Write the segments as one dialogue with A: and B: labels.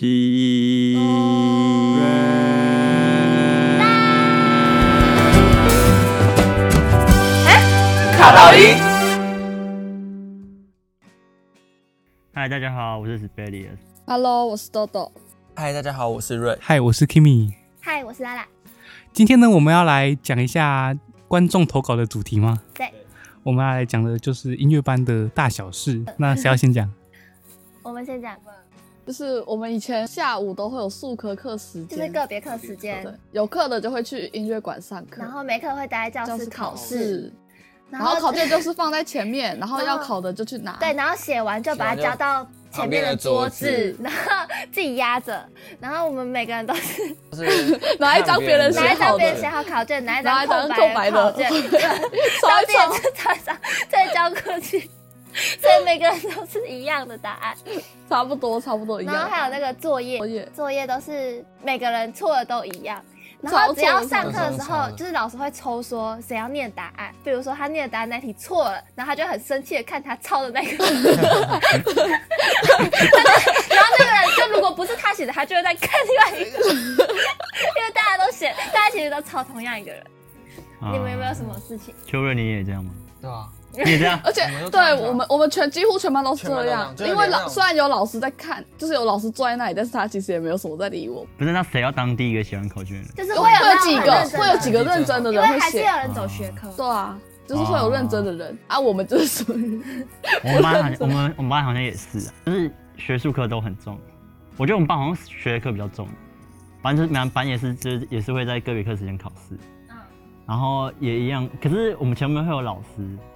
A: 西。
B: 卡到音。
A: 嗨，大家好，我是 Sibelius。
C: Hello，我是豆豆。
B: 嗨，大家好，我是瑞。
D: 嗨，我是 Kimi。
E: 嗨，我是拉拉。
D: 今天呢，我们要来讲一下观众投稿的主题吗？
E: 对。
D: 我们要来讲的就是音乐班的大 小事。那谁要先讲？
E: 我们先讲，
C: 就是我们以前下午都会有数科课时
E: 就是
C: 间，
E: 个别课时
C: 对
E: 间，，
C: 有课的就会去音乐馆上课，
E: 然后没课会待在教
C: 教
E: 室
C: 室
E: 考
C: 考
E: 试，
C: 试，然后考卷就是放在 前面，然后
E: 然
C: 要
E: 后
C: 考的就去拿。
E: 对，，然后写完就把它交到前面的桌子，然后自己压着，然后我们每个人都是
B: 就是
C: 拿一张别人 写
E: 拿一张
C: 好
E: 别人
C: 的
E: 写，好考卷，拿一张
C: 拿一张
E: 空
C: 空
E: 白
C: 白
E: 考
C: 的
E: 卷，，
C: 抄
E: 到
C: 一
E: 自己
C: 抄。
E: 的桌上再交过去，所以每个人都是一样的答案。
C: 差不多，差不多一样。
E: 然后还有那个作业
C: 作业，
E: 作业都是每个人错的都一样。然
C: 超
E: 后
C: 错
E: 只要上课的时
B: 超
E: 候，
B: 错
E: 就是老师会抽说谁要念答案，比如说他念的答案那题错了，然后他就很生气的看他抄的那 个，然后然后那个人就如果不是他写的，他就会在看另外一 个，因为大家都写，大家其实都抄同样一个人。你们有没有什么事情？
A: 秋瑞，你也这样吗？
B: 对啊，
A: 你也 这样？
C: 而且
B: 我们都这样
C: 对
B: 子啊
C: 我们，我们全几乎全班都是
B: 全班
C: 这
B: 都这
C: 样
B: 样，就是
C: 因为
B: 连那
C: 老
B: 种
C: 虽然有老师在看，就是有老师坐在那里，但是他其实也没有什么在理我。
A: 不是，那谁要当第一个写完考卷的？
E: 就是
C: 有
E: 会有那种
C: 几
E: 很
C: 个
E: 认真
C: 会
E: 的
C: 有几个认真的
E: 因
C: 人
E: 为
C: 会
E: 还是
C: 写
E: 有，人走学科，
C: 对啊，就是会有认真的人啊，我们就是属于。
A: 我们班好像，我们我们班好像也是啊，就是学术课都很重。我觉得我们班好像学科比较重，反正就是满班也是，就是也是会在个别课时间考试，
E: 嗯，
A: 然后也一样。可是我们前面会有老师，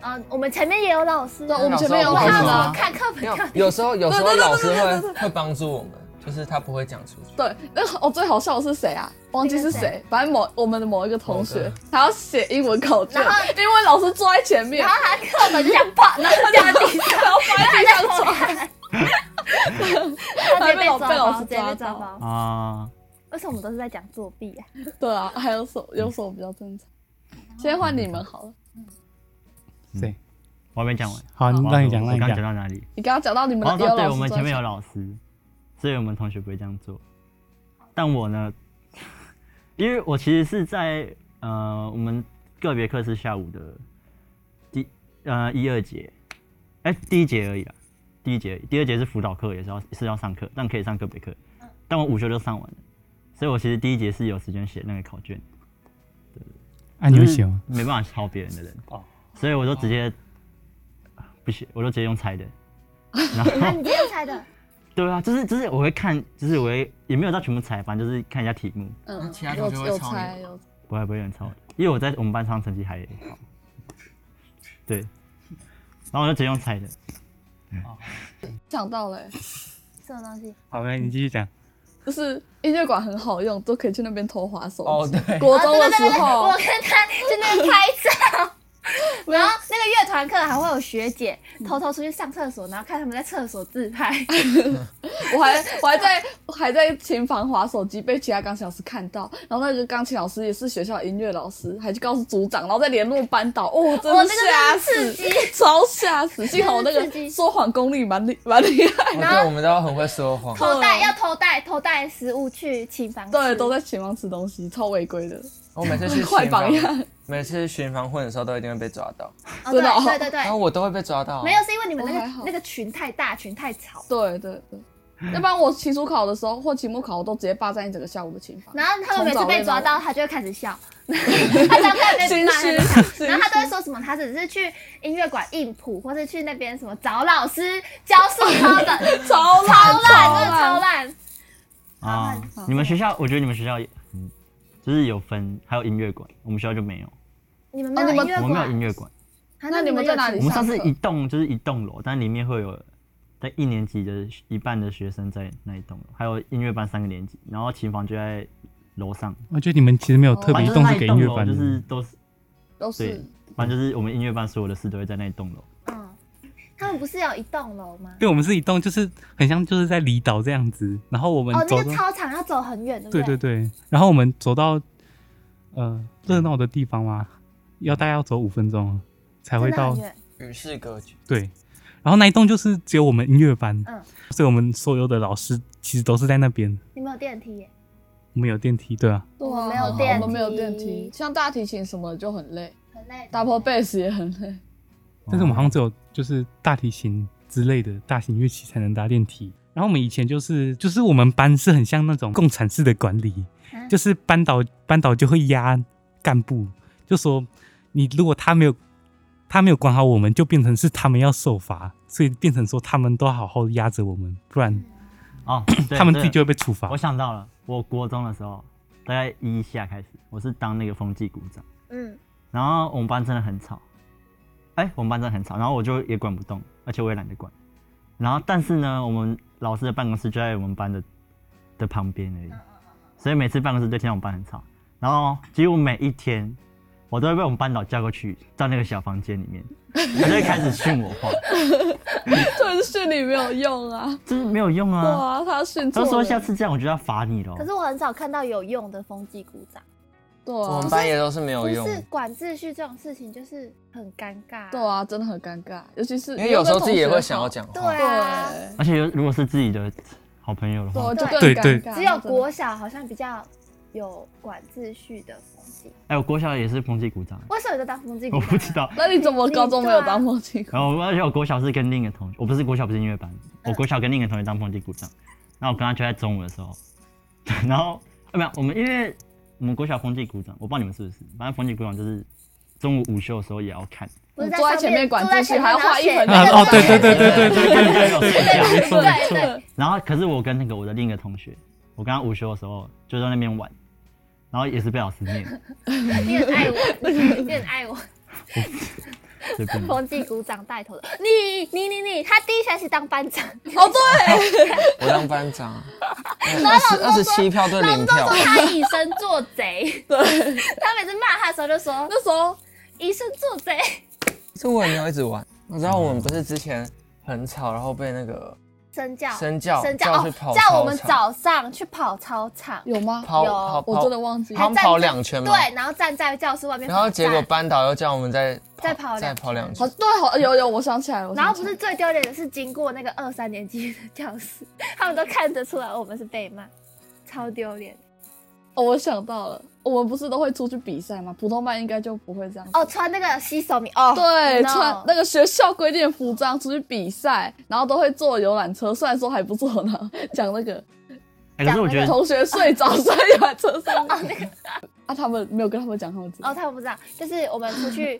E: 嗯，我们前面也有老师，啊
C: 对，我们前面有
B: 老
C: 老
B: 师
C: 师
B: 好
E: 我
C: 啊
B: 吗，
E: 看课本
B: 因
E: 看
B: 为有时候有时候老师会会帮助我们，就是他不会讲出去。
C: 对，那个我最好笑的是谁啊？忘记是
E: 那个
C: 谁，反正某我们的某一个同
B: 某
C: 学
B: 个，
C: 他要写英文考卷
E: 然后，
C: 因为老师坐在前面
E: 然，后他课本就这样啪，然后掉地上，然后翻地上抓，他直接被抓包，直接被抓包。
A: 啊，
E: 为什么我们都是在讲作弊啊？
C: 对啊，还有手有手比较正常。先换你们好了，
D: 谁？
A: 我还没讲完。
D: 嗯好，嗯你让你讲，
A: 我
D: 让你
A: 刚讲
D: 讲。
A: 到哪里？
C: 你刚刚讲到你们
A: 哦，
C: 有
A: 对对，
C: 老
A: 我们
C: 师坐
A: 前
C: 在
A: 面有老师，所以我们同学不会这样做。但我呢， 因为我其实是在呃我们个别课是下午的第呃一二节，哎、第一节而已啦，第一节而已，第二节是辅导课，也是要是要上课，但可以上个别课，但我午休就上完了，所以我其实第一节是有时间写那个考卷，
D: 啊，你会写吗？
A: 没办法抄别人的人，
B: 哦
A: 所以我就直接、不写，我就直接用猜的，然
E: 那
A: 后。
E: 你今天猜的？
A: 对啊，就是就是我会看，就是我会也没有到全部猜，反正就是看一下题目，
C: 嗯，
B: 其他
C: 有
B: 同学会
C: 有
B: 抄
C: 猜
B: 你
C: 有
A: 不会不会有人抄我的，因为我在我们班上成绩还好。对，然后我就直接用猜的，
C: 想到了欸，
E: 什么东西？
D: 好，来你继续讲。
C: 就是音乐馆很好用，都可以去那边偷滑手
B: 哦，
C: 机。
B: 对，
C: 国中的时
E: 我
C: 候，
E: 跟他去那边拍照。然后那个乐团课还会有学姐偷偷出去上厕所，然后看他们在厕所自拍，
C: 我还我还在我还在琴房划手机，被其他钢琴老师看到，然后那个钢琴老师也是学校的音乐老师，还去告诉组长，然后再联络班导，哦，真
E: 哇那个
C: 的
E: 真的
C: 吓
E: 刺
C: 死
E: 激，
C: 超吓死！幸好我那
E: 真的 刺激
C: 个说谎功力蛮厉蛮厉害，
B: 哦对，我们都很会说谎。
E: 偷带要偷带偷带食物去请房吃
C: 对，都在琴房吃东西，超违规的，
B: 我每次去
C: 坏
B: 巡
C: 榜
B: 房，
C: 样。
B: 每次巡房混的时候都一定会被抓到，
E: 哦
C: 真的哦
E: 对对对对
B: 然，后我都会被抓到。啊
E: 没有，，是因为你们那
C: 我还
E: 个
C: 好
E: 那个群太大，群太吵。
C: 对对对，要不然我期初考的时候或期末考，我都直接霸占一整个下午的琴房。
E: 然后他们每次被抓到，他就会开始 笑，他只要看到被
C: 心
E: 骂他
C: 虚
E: 就笑，
C: 心
E: 然后他都会说什么，他只是去音乐馆应谱，或是去那边什么找老师教数高的，
C: 超
E: 超
C: 烂
E: 烂，真的超烂。
A: 啊
C: 好，
A: 你们学校，我觉得你们学校也，嗯，就是有分，还有音乐馆，我们学校就没有，
E: 你们没有音乐
A: 我哦们没有音
E: 馆，
A: 乐馆，
E: 啊
C: 那你们在哪里
A: 我
C: 上
A: 们
C: 课
A: 上次一栋就是一栋楼，但里面会有在一年级的一半的学生在那一栋楼，还有音乐班三个年级，然后琴房就在楼上，
D: 我觉得你们其实没有特别
A: 反
D: 一
A: 正
D: 栋
A: 那
D: 哦是给音乐
A: 栋楼
D: 班
A: 就是
D: 的。
A: 都是
C: 都
A: 对
C: 是。，
A: 反正就是我们音乐班所有的事都会在那一栋楼。
E: 嗯，他们不是有一栋楼吗？
D: 对，我们是一栋，就是很像就是在离岛这样子。然后我们
E: 哦，
D: 走
E: 那
D: 到
E: 个操场要走很远，对不
D: 对
E: 对
D: 对对，然后我们走到呃热闹的地方嘛，要大概要走五分钟才会
E: 真的
D: 到
E: 很远。
B: 与世隔绝。
D: 对。然后那一栋就是只有我们音乐班，
E: 嗯
D: 所以我们所有的老师其实都是在那边。
E: 你们有电梯耶？
D: 我们有电梯，对啊，
C: 对啊
E: 我们没有
C: 我
E: 电
C: 们没有
E: 梯
C: 电梯，像大提琴什么的就很累
E: 很累。
C: ，double bass 也很累。
D: 但是我们好像只有就是大提琴之类的大型乐器才能搭电梯。然后我们以前就是就是我们班是很像那种共产式的管理，
E: 啊
D: 就是班导班导就会压干部，就说你如果他没有他没有管好我们，就变成是他们要受罚，所以变成说他们都好好压着我们，不然
A: 哦，对
D: 他们自己
A: 这
D: 就
A: 个
D: 会被处罚
A: 我。想到了，我国中的时候，大概一下开始，我是当那个风纪股长，
E: 嗯，
A: 然后我们班真的很吵，哎、我们班真的很吵，然后我就也管不动，而且我也懒得管。然后但是呢，我们老师的办公室就在我们班的的旁边而已，所以每次办公室就听到我们班很吵。然后几乎每一天，我都会被我们班导叫过去到那个小房间里面，他就会开始训我话，
C: 就是训你没有用啊，
A: 就是没有用
C: 对
A: 啊。
C: 啊，他训
A: 他
C: 错
A: 就说
C: 了
A: 下次这样我就要罚你喽
E: 可。是我很少看到有用的风纪鼓掌，
C: 对
B: 我
C: 啊
B: 们，班也都是没有
E: 不
B: 用，
E: 是管秩序这种事情，就是很尴尬。
C: 对啊，真的很尴尬，尤其是
B: 因为有时候自己也会想要，讲
E: 对
B: 话。
E: 啊，
C: 对，
A: 而且有如果是自己的好朋友的话
C: 对，，啊就
E: 对
C: 更
D: 对
C: 尴尬。
E: 只有国小好像比较有管秩序的风纪，
A: 哎、我国小也是风纪鼓掌，
E: 为什么你都当风纪鼓
A: 我
E: 掌啊？
A: 不知道。
C: 那你怎么高中没有当默契？
A: 然后而且我国小是跟另一个同学，我不是国小不是音乐班，我国小跟另一个同学当风纪鼓掌，然后我跟他就在中午的时候， 对，然后啊没有我们因为我们国小风纪鼓掌，我不知道你们是不是，反正风纪鼓掌就是中午午休的时候也 要看，
E: 啊不是
C: 坐在
E: 上
C: 前面管
E: 坐在
C: 秩序
E: 前面
C: 还要
E: 然后
C: 画一
E: 写
C: 横
E: 那个
D: 啊哦，对对
E: 字
D: 对对对对对对对，
A: 对
D: 没错没
E: 对
D: 错。
E: 对，
A: 然后可是我跟那个我的另一个同学，我跟他午休的时候就在那边玩，然后也是被老师念，
E: 你很爱我， 你很爱我。
A: 随便。
E: 风纪鼓掌带头的，你你你你，他第一学期当班长，
C: 哦，对，
B: 我当班长，啊二十二十七票对零票
E: 说，他以身作贼。
C: 对，
E: 他每次骂他的时候就说
C: 那时候
E: 以身作贼，
B: 这我也没有一直玩。你知道我们不是之前很吵，然后被那个
E: 身教
B: 身教
E: 身教
B: 叫去
E: 哦
B: 跑，
E: 叫我们
B: 操
E: 早
B: 场
E: 上去跑操场，
C: 哦有吗？
B: 跑
E: 有
B: 跑
C: 我
B: 跑
C: 真，的忘记
B: 好像
E: 站
B: 跑
E: 在
B: 两圈嘛。
E: 对，然后站在教室外面罚
B: 然
E: 站，
B: 后结果班导又叫我们再
E: 再跑
B: 再
E: 两
B: 跑两圈
C: 好，，对，好有有，我想起来了。我
E: 然后
C: 想起
E: 不
C: 来
E: 是最丢脸的是，经过那个二三年级的教室，他们都看得出来我们是被骂，超丢脸。
C: 哦，我想到了，我们不是都会出去比赛吗？普通班应该就不会这样子。
E: 哦，穿那个洗手米哦，
C: 对，
E: no
C: 穿那个学校规定的服装出去比赛，然后都会坐游览车，虽然说还不错呢。讲那个
A: 哎、可是我觉得
C: 同学 睡着睡游览车上面
E: 哦那个
C: 啊，他们没有跟他们讲，他们知道
E: 哦，他们不知道，就是我们出 去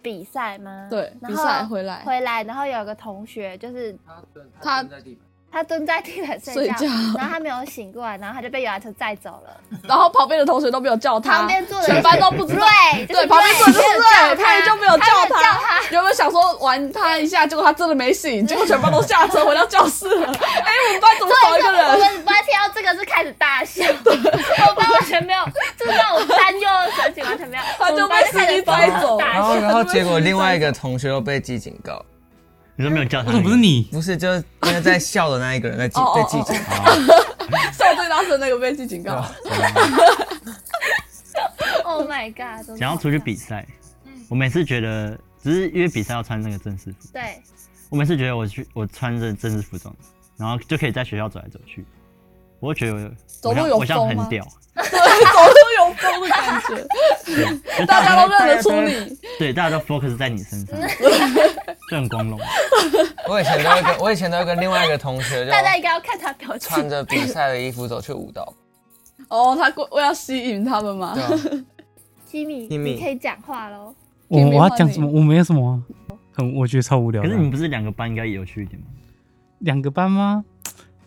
E: 比赛吗？
C: 对
E: 然
C: 比
E: 后
C: 赛回来
E: 回来，然后有个同学就是
C: 他
E: 他蹲在地板睡
C: 睡
E: 觉，
C: 觉
E: 然后他没有醒过来，然后他就被游览车载走了。
C: 然后旁边的同学都没有叫他，
E: 旁边坐的
C: 全班都不知
E: 瑞
C: 道。，
E: 就是
C: 对，旁边坐的就是
E: 没有叫
C: 瑞，他也就没有
E: 他
C: 叫
E: 没有
C: 他。
E: 叫他
C: 原本想说玩他一下，结果他真的没醒，结果全班都下车回到教室了。哎、 我们班怎么少一个
E: 我
C: 人？
E: 们班听到这个是开始大笑， 我班完全没有，就是那种担忧的神情完全没有，
C: 他就
E: 我们班
C: 被司
E: 开
C: 机
E: 始疯狂
C: 载走
E: 大
B: 然
E: 笑
B: 后然后结果另外一个同学又被记警告，
A: 你都没有叫他、
D: 为什么哦不是？你？
B: 不是就是因为在笑的那一个人在记
C: 哦哦哦
B: 被记警告，
C: 笑最大声那个被记警告。
E: Oh my god！怎么
A: 想要出去比赛，我每次觉得只是因为比赛要穿那个正式服，
E: 对，
A: 我每次觉得我去我穿着正式服装，然后就可以在学校走来走去，我就觉得
C: 走
A: 我
C: 路
A: 像
C: 有
A: 我像
C: 风
A: 很
C: 吗
A: 屌，
C: 对，走路有风的感觉，
A: 就
C: 大家都
A: 家
C: 认得出你。
A: 对大家都 focus 在你 身上，就很光荣。
B: 我以前都会跟我以前都会跟另外一个同学就
E: 大家应该要看他表情
B: 穿。着比赛的衣服走去舞蹈，
C: 哦，他为要吸引他们嘛
B: 对。啊，
E: 吉米，
B: 吉米
E: 你可以讲话喽。
D: 我
C: 给你
D: 我要
C: 换
D: 讲
C: 你
D: 什么？我没有什么啊，很我觉得超无聊
A: 可
D: 的啊。
A: 是你们不是两个班应该也有趣一点吗？
D: 两个班吗？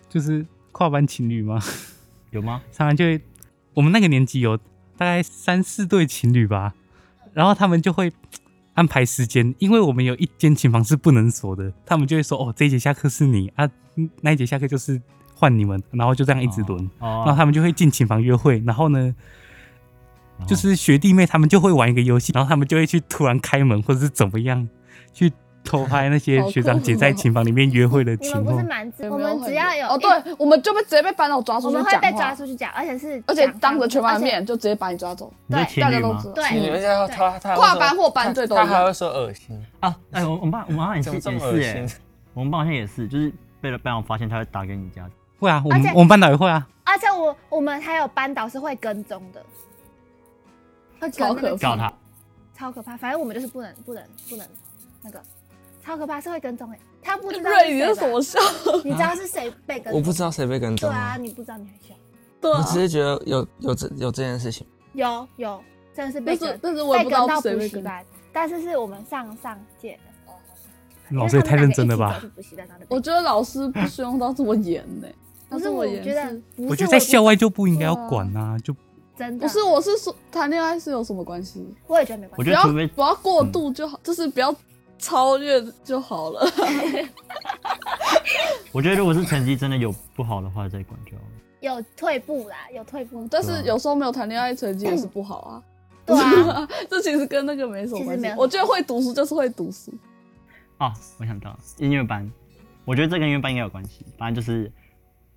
D: 就是跨班情侣吗？
A: 有吗？
D: 常常就会，我们那个年级有大概三四对情侣吧，然后他们就会安排时间，因为我们有一间琴房是不能锁的，他们就会说哦，这一节下课是你啊，那一节下课就是换你们，然后就这样一直轮，然后
A: 哦，
D: 他们就会进琴房约会，然后呢，
A: 然后
D: 就是学弟妹他们就会玩一个游戏，然后他们就会去突然开门或者是怎么样去偷拍那些学长姐在琴房里面约会的
E: 你
D: 情
E: 们不是
D: 况。
E: 蛮自，
C: 有
E: 我
C: 没有
E: 们
A: 啊
C: 会
E: 只要有
C: 哦，对，我们就被直接被班导抓
E: 我
C: 出去
E: 们
C: 讲
E: 会
C: 话，
E: 被抓出去讲，而且是
C: 而且
E: 讲
C: 当着
E: 话而
C: 全班的
E: 且
C: 面就直接把你抓走，
A: 你说
E: 对
A: 情
C: 大家
A: 侣
C: 都
A: 吗
C: 知？道。
E: 对
B: 你们在
E: 对
B: 他他
C: 跨班或班最多
B: 他还会说恶心，
A: 啊，哎、我我们班我们好像也
B: 怎么
A: 是
B: 这
A: 也
B: 么
A: 是
B: 恶
A: 哎、
B: 心？
A: 我们班好像也是，就是被了班长发现他会打给你家，
D: 会啊，我
E: 而
D: 们
E: 且
D: 我们班导也会啊。
E: 而且我我们还有班导是会跟踪的，会跟
C: 超
E: 那个
C: 可
A: 告
C: 怕
A: 他，
E: 超可怕。反正我们就是不能不能不能那个，超可怕是会跟踪哎、他不知道
C: 瑞，你
E: 是
C: 是
E: 谁吧啊
C: 什么？笑？
E: 你知道是谁被跟？
B: 我不知道谁被跟
E: 对
B: 踪
E: 啊，
B: 啊，
E: 你不知道你很小。
C: 对
B: 我
C: 啊，
B: 只是觉得有有这有这件事情，
E: 有有，真的是被
C: 但是
E: 跟
C: 但是我
E: 被
C: 也不
E: 跟
C: 知道
E: 到
C: 是谁
E: 补
C: 会
E: 习
C: 跟，
E: 班，但是是我们上上届的。
D: 老师也太认真了
E: 因为他们两
D: 吧！
E: 个一起走去补习班然后就被
C: 我觉得老师不需要到这么严呢、
E: 不
C: 但
E: 是，
C: 我
E: 我
C: 严
E: 觉得
C: 是
E: 不是
D: 我觉得在校外就不应该要
C: 对啊
D: 管啊，就
E: 真的
C: 不是，我是说谈恋爱是有什么关系？
E: 我也觉得没关
A: 我
E: 系
A: 觉
C: 不要
A: 得除非嗯
C: 不要过度就好，就是不要超越就 好了。
A: 我觉得如果是成绩真的有不好的话再管就好了。
E: 有退步啦，有退步。
C: 但是有时候没有谈恋爱成绩也是不好啊。
E: 啊对啊，
C: 这其实跟那个没什么关
E: 其实
C: 系
E: 没有。
C: 我觉得会读书就是会读书，
A: 哦，我想到了音乐班，我觉得这跟音乐班应该有关系。反正就是，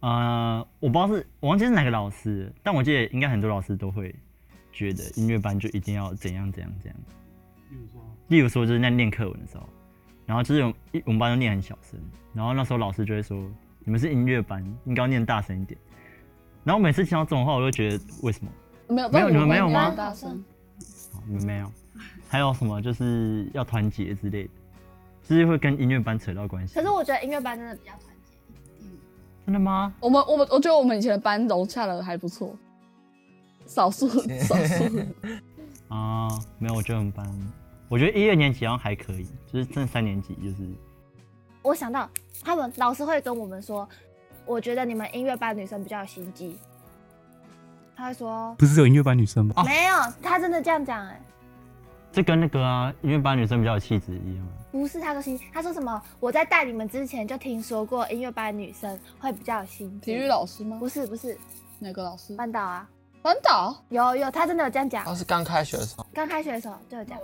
A: 呃，我不知道是我忘记是哪个老师了，但我记得应该很多老师都会觉得音乐班就一定要怎样怎样怎样。例如说，就是在念课文的时候，然后就是我们我们班都念很小声，然后那时候老师就会说：“你们是音乐班，应该要念大声一点。”然后每次听到这种话，我就觉得为什么？
C: 没有
A: 没
C: 但
A: 有
C: 我
A: 你们没有
C: 会
A: 吗
C: 念大声，
A: 哦你们没有？还有什么就是要团结之类的，就是会跟音乐班扯到关系。
E: 可是我觉得音乐班真的比较团结。
A: 真的吗？
C: 我们我们我觉得我们以前的班融洽的还不错，少数 少数。
A: 啊，没有，我觉得很班，我觉得一二年级好像还可以，就是真的三年级就是
E: 我想到他们老师会跟我们说，我觉得你们音乐班女生比较有心机。他会
C: 哦
E: 说
D: 不是只有音乐班女生吧？
A: 啊
E: 没有，他真的这样讲哎、
A: 这跟那个啊，因为班女生比较有气质一样啊。
E: 不是他说心机，他说什么？我在带你们之前就听说过音乐班女生会比较有心机。
C: 体育老师吗
E: 不？是不是
C: 哪个老师？
E: 班导啊，
C: 班导？
E: 有有，他真的有这样讲
C: 哦
B: 当。时刚开学的时候，
E: 刚开学的时候就有这样，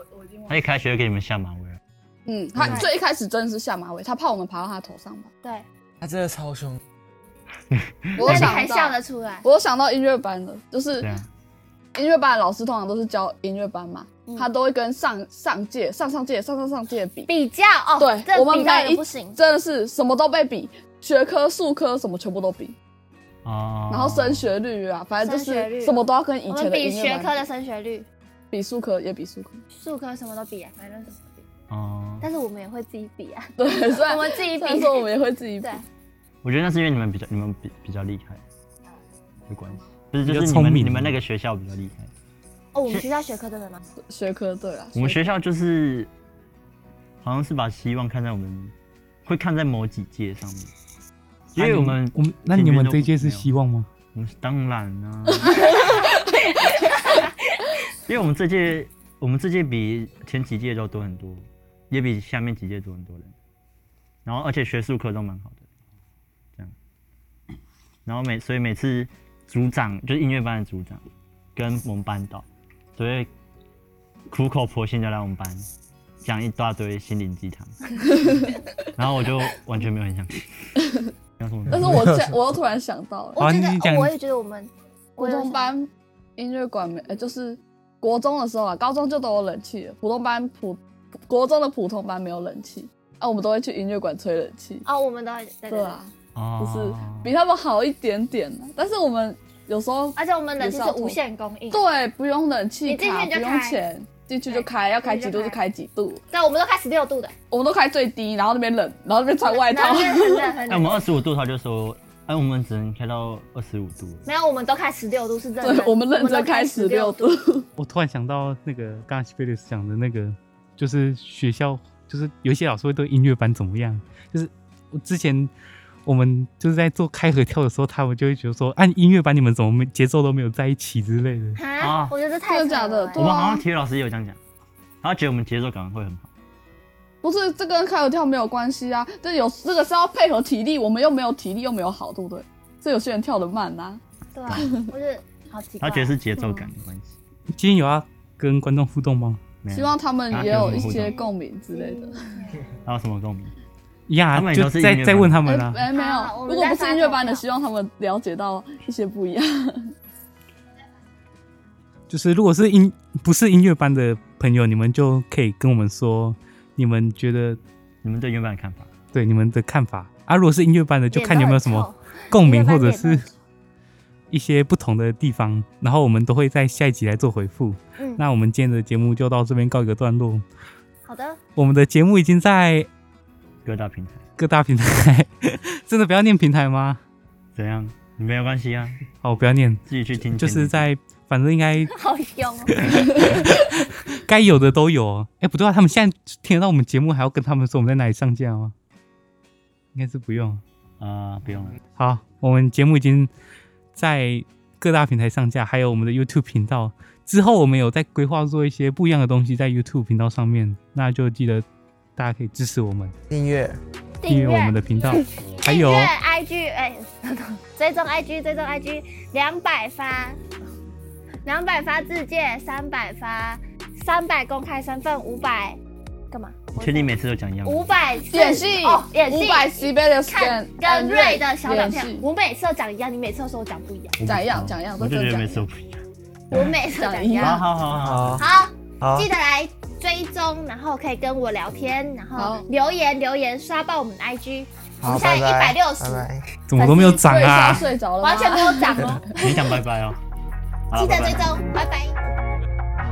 A: 他一开学就给你们下马威啊了，
C: 嗯，他
E: 对
C: 最一开始真的是下马威，他怕我们爬到他头上 吧？
E: 对，
B: 他真的超凶，
C: 我
E: 你
C: 想
E: 还
C: 到
E: 笑得出来。
C: 我有想到音乐班的，就是
A: 对啊，
C: 音乐班的老师通常都是教音乐班嘛，
E: 嗯
C: 他都会跟上上届、上上届、上上上届比，
E: 比较哦，
C: 对
E: 这
C: 我们
E: 比较
C: 每
E: 也
C: 一
E: 不行，
C: 真的是什么都被比，学科、数科什么全部都比，
A: 哦，
C: 然后升学率啊，反正就
E: 升学率
C: 是什么都要跟以
E: 我们
C: 前的
E: 比
C: 音乐
E: 学
C: 班
E: 科的升学率，
C: 比数科也比数科，
E: 数科什么都比、啊，反正什么都比。
A: 哦，
E: 但是我们也会自己比啊，
C: 对，虽然
E: 我们自己
C: 虽
E: 比。
C: 然说我们也会自己 比
E: 对，
A: 我觉得那是因为你们比较你们比比较厉害，有关系，不是就
D: 比
A: 是
D: 较
A: 你
D: 聪
A: 们
D: 明
A: 你们那个学校比较厉害，
E: 哦，我们学校学科真的吗？
C: 学科对啊啦，
A: 我们学校就是好像是把希望看在我们会看在某几届上面，因为我们
D: 我们那你们这一届是
A: 平均都没有
D: 希望吗？
A: 我们当然啦、因为我们这届我们这届比前几届都多很多，也比下面几届多很多人。然后而且学术课都蛮好的，这样。然后每所以每次组长就是音乐班的组长跟我们班导，所以苦口婆心的来我们班讲一大堆心灵鸡汤，然后我就完全没有很想听。讲什么呢？
C: 但是我现我又突然想到了，
D: 好
E: 我觉
D: 你讲
E: 得，哦我也觉得我们
C: 普通，班音乐馆没，呃就是国中的时候啊，高中就都有冷气了，普通班普国中的普通班没有冷气，啊，我们都会去音乐馆吹冷气，
E: 哦，我们都会对
C: 对啊。
A: 哦
C: 就是比他们好一点点啊但是我们有时候
E: 而且我们冷气是无限供应，
C: 对不用冷气
E: 你进去
C: 卡，
E: 你
C: 不
E: 就
C: 用
E: 开
C: 钱，进去就
E: 对
C: 开，要开
E: 进去
C: 几
E: 就
C: 度就
E: 开
C: 开几度，
E: 对，我们都开十六度的，
C: 我们都开最低，然后那边冷，然后那边穿啊外套
E: 然，后就是很冷 很
A: 哎、我们
E: 冷。
A: 二十五度，他就说，哎、我们只能开到二十五度了。
E: 没有，我们都开十六度是认
C: 对
E: 真，，
C: 我们认
E: 都
C: 真开十六
E: 16
C: 度，，
D: 我突然想到那个刚刚西贝利斯讲的那个，就是学校，就是有一些老师会对音乐班怎么样，就是我之前我们就是在做开合跳的时候，他们就会觉得说，按、音乐班你们怎么没节奏都没有在一起之类的。
E: 哈，我觉得这太
C: 真的假的
E: 扯
A: 我
E: 了欸
A: 们好像体育老师也有这样讲，他觉得我们节奏感会很好。
C: 不是这跟开合跳没有关系啊，这有这个是要配合体力，我们又没有体力又没有好，对不对？这有些人跳得慢啊呐，
E: 对啊，我觉得好奇怪。
A: 他觉得是节奏感的关系。
D: 今天有要跟观众互动吗？
A: 没
C: 嗯
A: 有
C: 希望他们也
A: 啊有
C: 有
A: 什
C: 一
A: 么互
C: 些
A: 动
C: 共鸣之类的。
A: 还有什么共鸣？
D: 呀
A: 他们，也
D: 啊就
A: 都是音
D: 再
A: 乐
D: 再问
A: 班
D: 他
C: 哎
D: 们啊，
C: 哎，没
E: 好我
C: 有，
E: 们
C: 如果
E: 再
C: 不
E: 发
C: 是音乐
E: 投
C: 班的，
E: 票
C: 希望他们了解到一些不一样。
D: 就是如果是音不是音乐班的朋友，你们就可以跟我们说你们觉得
A: 你们对原版的看法？
D: 对你们的看法啊。如果是音乐班的，就看你有没有什么共
E: 共
D: 鸣或者是一些不同的地方，然后我们都会在下一集来做回复。
E: 嗯，
D: 那我们今天的节目就到这边告一个段落。
E: 好的，
D: 我们的节目已经在
A: 各大平台
D: 各大平台， 真的不要念平台吗？
A: 怎样？没有关系啊，
D: 好，我不要念，
A: 自己去听。
D: 就是在反正应该
E: 好凶 哦，
D: 该有的都有哦。哎、不对啊，他们现在听得到我们节目，还要跟他们说我们在哪里上架吗？应该是不用。
A: 啊、不用了，
D: 好，我们节目已经在各大平台上架，还有我们的 YouTube 频道。之后我们有在规划做一些不一样的东西在 YouTube 频道上面，那就记得大家可以支持我们，
B: 订阅。
D: 订阅我们的频 道，还有
E: 订阅 IG，哎、 追踪 IG，追踪 IG，两百发，两百发自荐，三百发，三百公开身份，五百干嘛？
A: 你确定每次都
B: 嗯
A: 讲一样吗？
C: 哦
E: 五百
C: 演戏
E: 哦，演戏
C: 五百 C 杯的
E: 看
C: scan
E: 跟瑞的小短
C: 演
E: 片
C: 戏，
E: 我每次都讲一样，你每次都说我讲不一样，
A: 我不知道
C: 讲一样讲一样
A: 我就觉
C: 都跟
A: 得每
C: 我
A: 次都不一样。
E: 我每次都讲一
C: 讲一
E: 样
A: 好
C: 样。
A: 好好好，
B: 好，
E: 好，
B: 好
E: 记，得来追踪，然后可以跟我聊天，然后
C: 好
E: 留言留言刷爆我们的 IG，我
B: 好，
E: 们现在
B: 拜拜，
E: 160
B: 拜拜。
D: 怎么都没有涨
C: 睡觉
D: 啊？
C: 睡着了吗，
E: 完全没有涨 哦，
A: 你讲拜拜哦。好
E: 记得
A: 拜拜
E: 追踪，拜拜。